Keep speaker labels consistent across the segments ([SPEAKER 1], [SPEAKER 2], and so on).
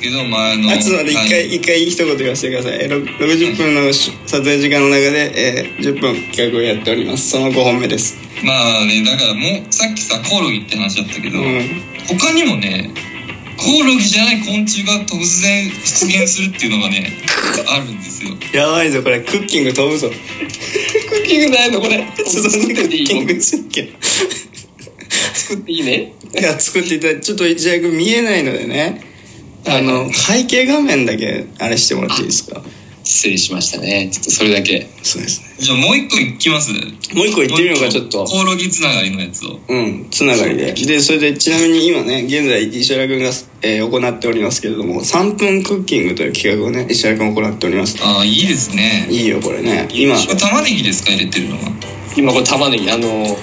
[SPEAKER 1] けど、まあ、あの、
[SPEAKER 2] あちょっと待って一回一回一言言わせてくださいえろ60分のし撮影時間の中で、えー10分企画をやっておりますその5本目です
[SPEAKER 1] まあね、だからもう、さっきさ、コオロギって話だったけ
[SPEAKER 2] う
[SPEAKER 1] ど、
[SPEAKER 2] ん
[SPEAKER 1] 他にもね、コオロギじゃない昆虫が突然出現するっていうのがね、あるんですよ。
[SPEAKER 2] やばいぞこれクッキング飛ぶぞ
[SPEAKER 3] クッキングないのこれ
[SPEAKER 2] ちょっと待ってク
[SPEAKER 3] 作ってい
[SPEAKER 2] ッキン
[SPEAKER 3] い
[SPEAKER 2] グ実験
[SPEAKER 3] 作っていいね
[SPEAKER 2] いや作っていただいてちょっと一役見えないのでねあの背景画面だけあれしてもらっていいですか
[SPEAKER 3] 失礼しましたねちょっとそれだけ
[SPEAKER 2] そうですね
[SPEAKER 1] じゃあもう一個いきます
[SPEAKER 2] もう一個行ってみようかちょっと
[SPEAKER 1] コオロギつながりのやつを。
[SPEAKER 2] うんつながりででそれでちなみに今ね現在石原君が、えー行っておりますけれども3分クッキングという企画をね石原君行っております
[SPEAKER 1] ああ、いいですね。
[SPEAKER 2] いいよこれね今
[SPEAKER 1] これ玉ねぎですか入れてるのは。
[SPEAKER 3] 今これ玉ねぎあの今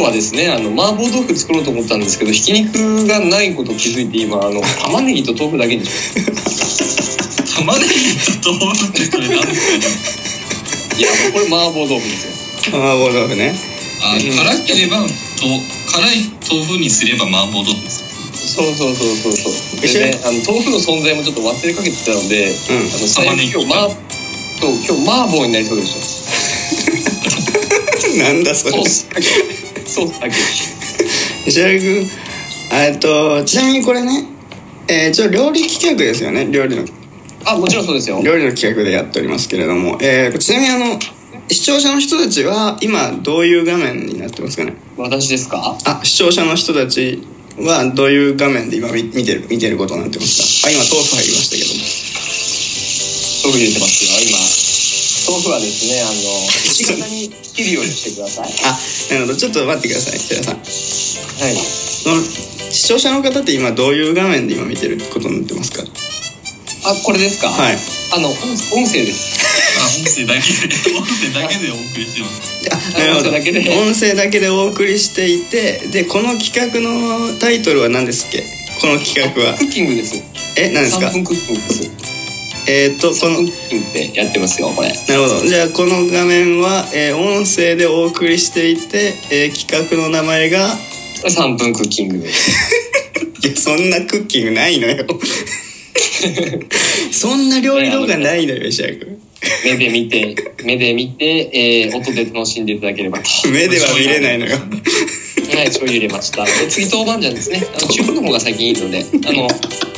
[SPEAKER 3] 日はですねあの麻婆豆腐作ろうと思ったんですけどひき肉がないこと気づいて今あの玉ねぎと豆腐だけにし
[SPEAKER 1] 玉ねぎと豆腐ってこれ何ですか
[SPEAKER 3] ましたいやこれ麻婆豆腐ですよ
[SPEAKER 2] 麻婆豆腐ね
[SPEAKER 1] あー辛ければと、辛い豆腐にすれば麻婆豆腐です。
[SPEAKER 3] そうそうそうそうそうでねあの豆腐の存在もちょっと忘れかけてたので、
[SPEAKER 2] うん
[SPEAKER 3] あの最
[SPEAKER 1] 玉ねぎ
[SPEAKER 3] 悪今日麻そう今日麻婆になりそうでし
[SPEAKER 2] なんだそ
[SPEAKER 3] たソ
[SPEAKER 2] れ
[SPEAKER 3] ースだけソースだけ
[SPEAKER 2] 石原君えっとちなみにこれねえー、ちょっと料理企画ですよね料理の
[SPEAKER 3] あもちろんそうですよ
[SPEAKER 2] 料理の企画でやっておりますけれども、えー、ちなみにあの視聴者の人たちは今どういう画面になってますかね
[SPEAKER 3] 私ですか
[SPEAKER 2] あ視聴者の人たちはどういう画面で今見見てる見てることになってますかあ今豆腐入りましたけども
[SPEAKER 3] 豆腐入れてますよ今豆腐はですねあの石型に切るようにしてください
[SPEAKER 2] あなるほどちょっと待ってください北田さん
[SPEAKER 3] はい
[SPEAKER 2] その視聴者の方って今どういう画面で今見てることになってますか
[SPEAKER 3] あこれですか
[SPEAKER 2] はい
[SPEAKER 3] あの音音声です
[SPEAKER 1] あ、音声だけで、音声だけでお送りしてます。
[SPEAKER 2] あなるほど
[SPEAKER 3] 音声だけで
[SPEAKER 2] 音声だけでお送りしていてでこの企画のタイトルは何ですっけこの企画は
[SPEAKER 3] クッキングです
[SPEAKER 2] え何です
[SPEAKER 3] 三
[SPEAKER 2] か
[SPEAKER 3] 分クッキングです
[SPEAKER 2] えー、っとこ
[SPEAKER 3] 三
[SPEAKER 2] の
[SPEAKER 3] 分クッキングってやってますよこれ
[SPEAKER 2] なるほどじゃあこの画面は、えー音声でお送りしていて、えー企画の名前がい
[SPEAKER 3] 三分クッキン グです
[SPEAKER 2] やそんなクッキングないの よそんな料理動画ないのよ石原君
[SPEAKER 3] 目で見て目で見て、えー、音で楽しんでいただけ ればと
[SPEAKER 2] 目では見れないのよ
[SPEAKER 3] はい醤油入れましたで次豆板醤ですねあの中華の方が先いいのであの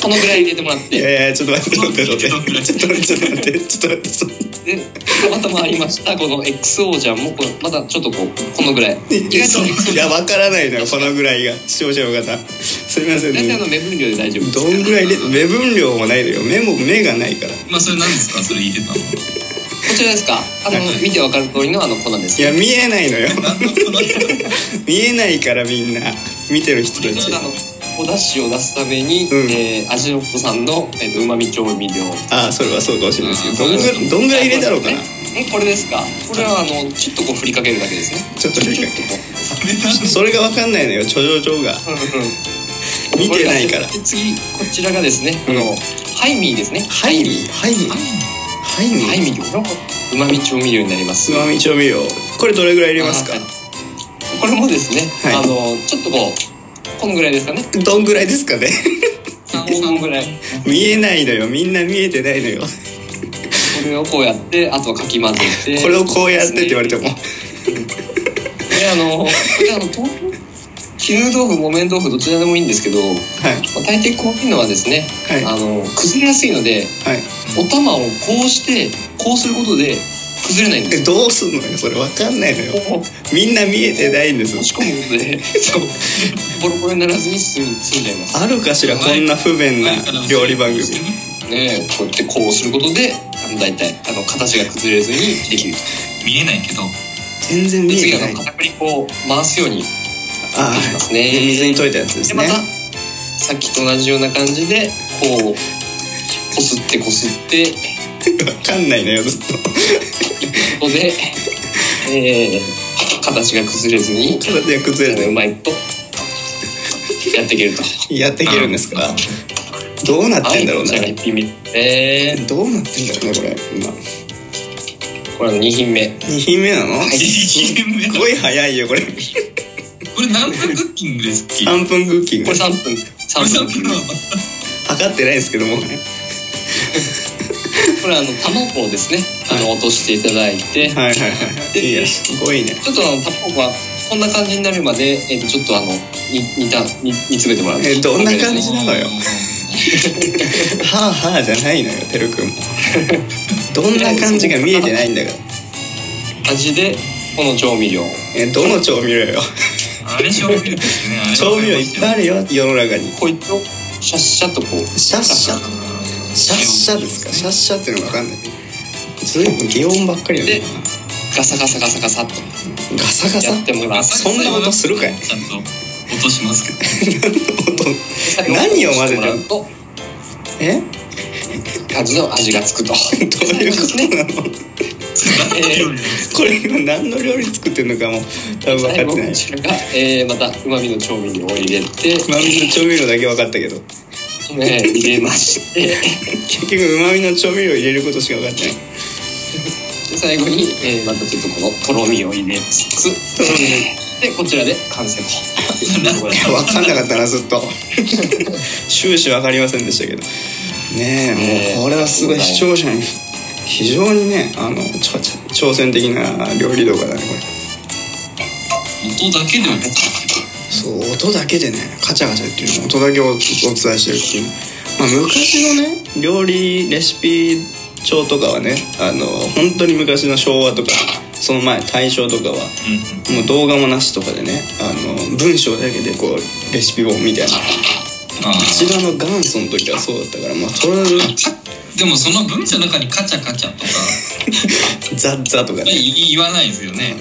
[SPEAKER 3] このぐらい入れてもらっ
[SPEAKER 2] い
[SPEAKER 3] て
[SPEAKER 2] やいやちょっと待って待って待ってちょっと待ってちょっと待ってちょっと待ってちょっと待って
[SPEAKER 3] でたまたまありましたこの XO 醤もこうまだちょっとこうこのぐらい意外と
[SPEAKER 2] いやわからないのよこのぐらいが視聴者の方すみません
[SPEAKER 3] 大体
[SPEAKER 2] ね
[SPEAKER 3] あの目分量で大丈夫です
[SPEAKER 2] どんぐらいで目分量もないのよ目も目がないから
[SPEAKER 1] まあ、それ何ですかそれ入 れたの。
[SPEAKER 3] こちらですかあの
[SPEAKER 1] はい
[SPEAKER 3] 見てわかる通りのあの粉です
[SPEAKER 2] いや見えないの よ
[SPEAKER 1] 何のこの
[SPEAKER 2] 見えないからみんな見てる人
[SPEAKER 3] これ
[SPEAKER 2] た
[SPEAKER 3] が
[SPEAKER 2] ち
[SPEAKER 3] あのお出汁を出すために、
[SPEAKER 2] うん
[SPEAKER 3] えー味の素さんの、えーと、うまみ調味料
[SPEAKER 2] ああそれはそうかもしれないですけど
[SPEAKER 3] こ
[SPEAKER 2] どん
[SPEAKER 3] れ
[SPEAKER 2] ぐらいどんぐらい入れたろうかな
[SPEAKER 3] えこれですかこれはあのちょっとこう振りかけるだけですね
[SPEAKER 2] ちょっと振りかけ
[SPEAKER 3] ちょっとこう
[SPEAKER 2] それがわかんないのよ貯蔵帳が見てないから
[SPEAKER 3] で次こちらがですねあの、
[SPEAKER 2] うん
[SPEAKER 3] ハイミーですね
[SPEAKER 2] ハイミーハイミーハイミー
[SPEAKER 3] ハイミーのうまみ調味料になりま
[SPEAKER 2] つ
[SPEAKER 3] す
[SPEAKER 2] まみ調味料これどれぐらい入れますか
[SPEAKER 3] あこれもですね、
[SPEAKER 2] はい
[SPEAKER 3] あのちょっとこうこのぐらいですかね
[SPEAKER 2] どんぐらいですかね
[SPEAKER 3] 3本ぐらい
[SPEAKER 2] 見えないのよみんな見えてないのよ
[SPEAKER 3] これをこうやってあとはかき混ぜて
[SPEAKER 2] これをこうやってって言われても
[SPEAKER 3] これあのこれあの豆腐絹豆腐木綿豆腐どちらでもいいんですけど、
[SPEAKER 2] はい
[SPEAKER 3] まあ、大抵こういうのはですね、
[SPEAKER 2] はい
[SPEAKER 3] あの崩れやすいので
[SPEAKER 2] はい
[SPEAKER 3] お玉をこうしてこうすることで崩れないんで
[SPEAKER 2] え
[SPEAKER 3] すよ
[SPEAKER 2] どうすんのよそれわかんないのよ
[SPEAKER 3] こう
[SPEAKER 2] みんな見えてないんです
[SPEAKER 3] 押し込むことでそうボロボロにならずに済ん済んじゃいます
[SPEAKER 2] あるかしらこんな不便な料理番組
[SPEAKER 3] ねえこうやってこうすることであの大体あの形が崩れずにできる
[SPEAKER 1] 見えないけど。
[SPEAKER 2] 全然
[SPEAKER 3] で
[SPEAKER 2] 見
[SPEAKER 3] 次
[SPEAKER 2] え
[SPEAKER 3] あ
[SPEAKER 2] てない
[SPEAKER 3] の片栗粉を回すよう
[SPEAKER 2] あ
[SPEAKER 3] にできます
[SPEAKER 2] あ
[SPEAKER 3] ね
[SPEAKER 2] 水に溶いたやつです
[SPEAKER 3] でま
[SPEAKER 2] ね
[SPEAKER 3] たさっきと同じような感じでこうこすってこすって
[SPEAKER 2] わかんないのよずっと
[SPEAKER 3] ここで、えー、形が崩れずに
[SPEAKER 2] 形が崩れ
[SPEAKER 3] あ
[SPEAKER 2] て
[SPEAKER 3] のうまいとやっていけると
[SPEAKER 2] やっていけるんですかどうなってんだろうな
[SPEAKER 3] はいこちらが1品目えー、
[SPEAKER 2] どうなってんだろうねこれ今
[SPEAKER 3] これの2品目
[SPEAKER 2] 2品目なの
[SPEAKER 3] い
[SPEAKER 2] す
[SPEAKER 1] こ
[SPEAKER 2] ごい早いよこれ3
[SPEAKER 1] れ何分クッキングですっけ
[SPEAKER 2] 分クッキング
[SPEAKER 3] これ3分
[SPEAKER 1] これ
[SPEAKER 3] 3
[SPEAKER 1] 3
[SPEAKER 3] 分
[SPEAKER 1] 分
[SPEAKER 2] 測ってないんですけども
[SPEAKER 3] これあの卵をですねあの落としていただいて、
[SPEAKER 2] はいはいはいいいやすごいね
[SPEAKER 3] ちょっとあの卵はこんな感じになるまで、えっとちょっとあのに煮た煮煮詰めてもらう
[SPEAKER 2] えどんな感じ
[SPEAKER 3] こ
[SPEAKER 2] なのよはあはあじゃないのよてるくんもどんな感じが見えてないんだから
[SPEAKER 3] れですね味でこの調味料
[SPEAKER 2] えどの調味料よ
[SPEAKER 1] あれ調味料ですね。あれ
[SPEAKER 2] 調味料いっぱいあるよ世の中に
[SPEAKER 3] こいつをシャッシャッとこう
[SPEAKER 2] シャッシャシャッシャですかシャッシャっていうのが分かんないずいぶん擬音ばっかりや
[SPEAKER 3] で
[SPEAKER 2] な
[SPEAKER 3] ガサガサガサガサっと
[SPEAKER 2] ガサガサ
[SPEAKER 3] やってもらう
[SPEAKER 2] そんな音するかい
[SPEAKER 1] ちゃんと落としますけど。
[SPEAKER 2] 音何を混ぜてる
[SPEAKER 3] ると
[SPEAKER 2] え
[SPEAKER 3] 感じの味がつ くと
[SPEAKER 2] どういうことなのこれ今何の料理作ってんのかも多分分か
[SPEAKER 3] 最
[SPEAKER 2] っ
[SPEAKER 3] 後
[SPEAKER 2] てない
[SPEAKER 3] こちらが、えー、またうまみの調味料を入れて
[SPEAKER 2] うまみの調味料だけ分かったけど
[SPEAKER 3] えー入れまして
[SPEAKER 2] 結局うまみの調味料入れることしか分かってない
[SPEAKER 3] で最後に、えー、またちょっとこのとろみを入れつつ
[SPEAKER 2] とろみ
[SPEAKER 3] でこちらで完成というとこ ろで
[SPEAKER 2] 分かんなかったなずっ と終始分かりませんでしたけどねえもうこれはすごい視聴者に非常にねあのちょちょ挑戦的な料理動画だねこれ
[SPEAKER 1] 音だけでもね。
[SPEAKER 2] そう音だけでねカチャカチャっていうの音だけをお伝えしてるっていう、まあ、昔のね料理レシピ帳とかはねあの本当に昔の昭和とかその前大正とかは
[SPEAKER 1] うん
[SPEAKER 2] もう動画もなしとかでねあの文章だけでこうレシピ本みたいな
[SPEAKER 1] あ
[SPEAKER 2] こちらの元祖の時はそうだったからまあとりあえず
[SPEAKER 1] ーでもその文章の中にカチャカチャとか
[SPEAKER 2] ザッザとかね
[SPEAKER 1] 言わないですよね。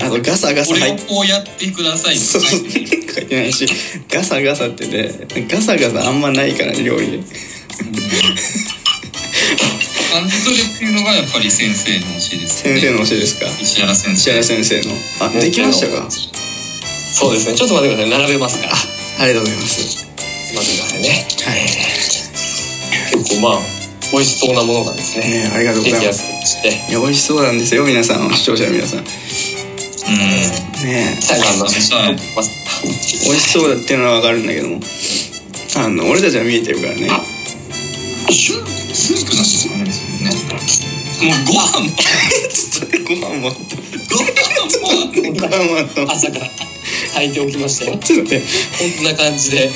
[SPEAKER 2] あとガサガサ
[SPEAKER 1] こ
[SPEAKER 2] 入
[SPEAKER 1] れ
[SPEAKER 2] っ
[SPEAKER 1] をこうやってください
[SPEAKER 2] そうそう
[SPEAKER 1] とか
[SPEAKER 2] 書いてないしガサガサってねガサガサあんまないから料理で。
[SPEAKER 1] 感じ取りっていうのがやっぱり先生の教えですよ
[SPEAKER 2] 先
[SPEAKER 1] ね。
[SPEAKER 2] 生の教えですか
[SPEAKER 1] 石原先
[SPEAKER 2] 石
[SPEAKER 1] 生。
[SPEAKER 2] 原先生のあできましたか
[SPEAKER 3] そうですねちょっと待ってください並べますから
[SPEAKER 2] ありがとうございます
[SPEAKER 3] 待ってくださ いね
[SPEAKER 2] はい
[SPEAKER 3] 結構まあ美味しそうなものがですね
[SPEAKER 2] ねありがとうご
[SPEAKER 3] 出来
[SPEAKER 2] ざい
[SPEAKER 3] 上が
[SPEAKER 2] ま
[SPEAKER 3] っ
[SPEAKER 2] す
[SPEAKER 3] て
[SPEAKER 2] いや美味しそうなんですよ皆さん視聴者の皆さんね
[SPEAKER 1] う
[SPEAKER 2] え
[SPEAKER 3] 最後あの
[SPEAKER 1] はい
[SPEAKER 3] トップバス
[SPEAKER 2] 美味しそうだっていうのは分かるんだけどもあの俺たちは見えてるからね
[SPEAKER 1] ん。シュースープの質問ですよね。もうご飯も
[SPEAKER 2] ちょっとご飯もあった
[SPEAKER 1] ご飯も。
[SPEAKER 2] ご飯もあった
[SPEAKER 3] 朝から炊いておきましたよ
[SPEAKER 2] ちょっと待って
[SPEAKER 3] こんな感じで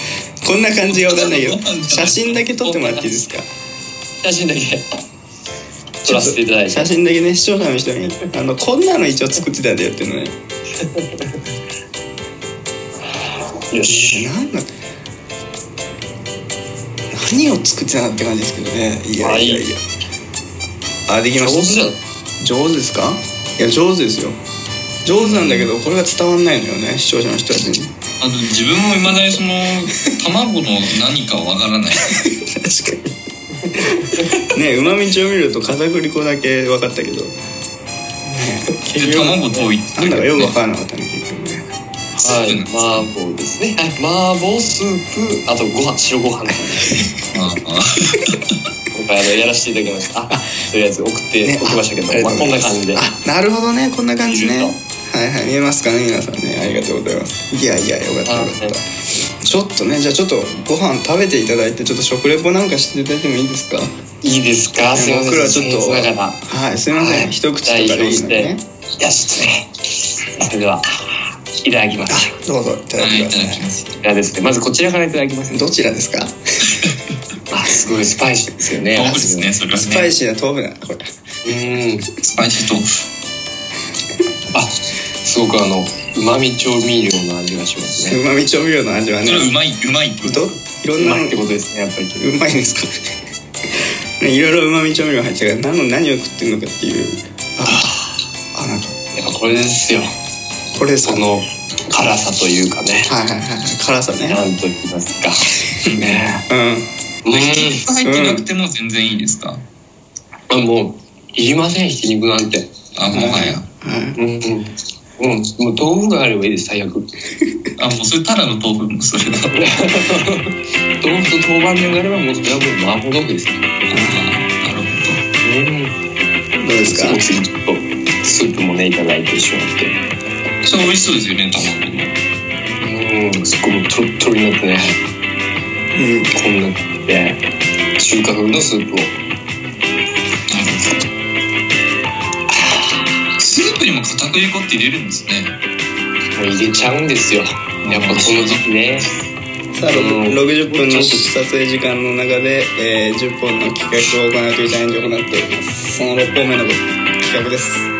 [SPEAKER 2] こんな感じが分かんないけど写真だけ撮ってもらっていいですか
[SPEAKER 3] 写真だけ撮らせていただいて
[SPEAKER 2] 写真だけね視聴者の人にあのこんなの一応作ってたんだよっていうのね
[SPEAKER 3] よし
[SPEAKER 2] なんだ何を作ってたのって感じですけどねいやいやいやあでき
[SPEAKER 3] 上
[SPEAKER 2] ま
[SPEAKER 3] 手
[SPEAKER 2] し
[SPEAKER 3] じゃん
[SPEAKER 2] た上手ですかいや上手ですよ上手なんだけどこれが伝わんないのよね視聴者の人たちに
[SPEAKER 1] あと自分もいまだにその卵の何かわからない。
[SPEAKER 2] 確かにねうまみ調味料と片栗粉だけ分かったけど、ね、
[SPEAKER 1] で卵といって
[SPEAKER 2] なんだかよく分からなかったね結局ね
[SPEAKER 3] はい麻婆ですねはい麻婆スープあとご飯白ご飯
[SPEAKER 1] ああ
[SPEAKER 3] 今回あのやらせていただきま したあとりあえず送って
[SPEAKER 2] ね
[SPEAKER 3] おきましたけ
[SPEAKER 2] あり
[SPEAKER 3] ど、
[SPEAKER 2] が
[SPEAKER 3] ま
[SPEAKER 2] と
[SPEAKER 3] あ、
[SPEAKER 2] う
[SPEAKER 3] こ
[SPEAKER 2] ござい
[SPEAKER 3] んな
[SPEAKER 2] ます
[SPEAKER 3] 感じで
[SPEAKER 2] あなるほどねこんな感じね
[SPEAKER 3] いる
[SPEAKER 2] はいはい見えますかね皆さんねありがとうございますいやいやよかったよか
[SPEAKER 3] あ
[SPEAKER 2] っ
[SPEAKER 3] ね
[SPEAKER 2] たちょっとねじゃあちょっとご飯食べていただいてちょっと食レポなんかしていただいてもいいですか
[SPEAKER 3] いいですかすいません
[SPEAKER 2] 僕らちょっと
[SPEAKER 3] 僭越ながら
[SPEAKER 2] はいすいません、
[SPEAKER 3] はい
[SPEAKER 2] 一口とかでいいのでね
[SPEAKER 3] いや失礼それではいただきます
[SPEAKER 2] どうぞいただい
[SPEAKER 1] はい、い
[SPEAKER 2] てく
[SPEAKER 1] た
[SPEAKER 2] ださ
[SPEAKER 1] だきま
[SPEAKER 2] い
[SPEAKER 1] す。
[SPEAKER 3] ではですねまずこちらからいただきます
[SPEAKER 2] どちらですか
[SPEAKER 3] あすごいスパイシーですよね
[SPEAKER 1] 豆腐ですね、それはね。
[SPEAKER 2] スパイシーな豆腐なこれ
[SPEAKER 3] うん
[SPEAKER 1] スパイシー豆腐。
[SPEAKER 3] あすごくあのうまみ調味料の味がしますね
[SPEAKER 2] うまみ調味料の味はね
[SPEAKER 1] それはうまい、うまいってこと。
[SPEAKER 2] どいろ
[SPEAKER 3] うん
[SPEAKER 2] な
[SPEAKER 3] ま
[SPEAKER 2] の
[SPEAKER 3] いってことですねやっぱり
[SPEAKER 2] うまいですか ねいろいろうまみ調味料入ってるから何の何を食ってるのかっていうああなんか
[SPEAKER 3] やっぱこれですよ
[SPEAKER 2] これですか
[SPEAKER 3] この辛さというかね
[SPEAKER 2] はいはいはいはい辛さね
[SPEAKER 3] なんと言いますか ね
[SPEAKER 2] う
[SPEAKER 3] う
[SPEAKER 1] ひ
[SPEAKER 3] ん
[SPEAKER 1] き肉入ってなくても全然いいですか。
[SPEAKER 3] あもういりませんひき肉なんて
[SPEAKER 1] あ、もはや。
[SPEAKER 2] んはい
[SPEAKER 3] うんうんうん、もう豆腐があればいいです最 悪豆
[SPEAKER 1] あ、もうそれただの豆腐もそれだ。
[SPEAKER 3] 腐と豆板醤があればもうそれはもう麻婆豆腐ですよ
[SPEAKER 1] あーなるほ
[SPEAKER 3] うん
[SPEAKER 2] どうですか
[SPEAKER 3] お次ちょっとスープもねいただいてしまって
[SPEAKER 1] ど。そう、美味しそうですよね、卵も。
[SPEAKER 3] うん、そこもとろっとろになってね、
[SPEAKER 2] うん
[SPEAKER 3] こんなって中華風のスープを
[SPEAKER 1] スープにも片栗粉って入れるんですね
[SPEAKER 3] もう入れちゃうんですよやっぱこの時期ね
[SPEAKER 2] さあ
[SPEAKER 3] うん
[SPEAKER 2] 60分の撮影時間の中で、えー10本の企画を行うというチャレンジを行っておりますその6本目の企画です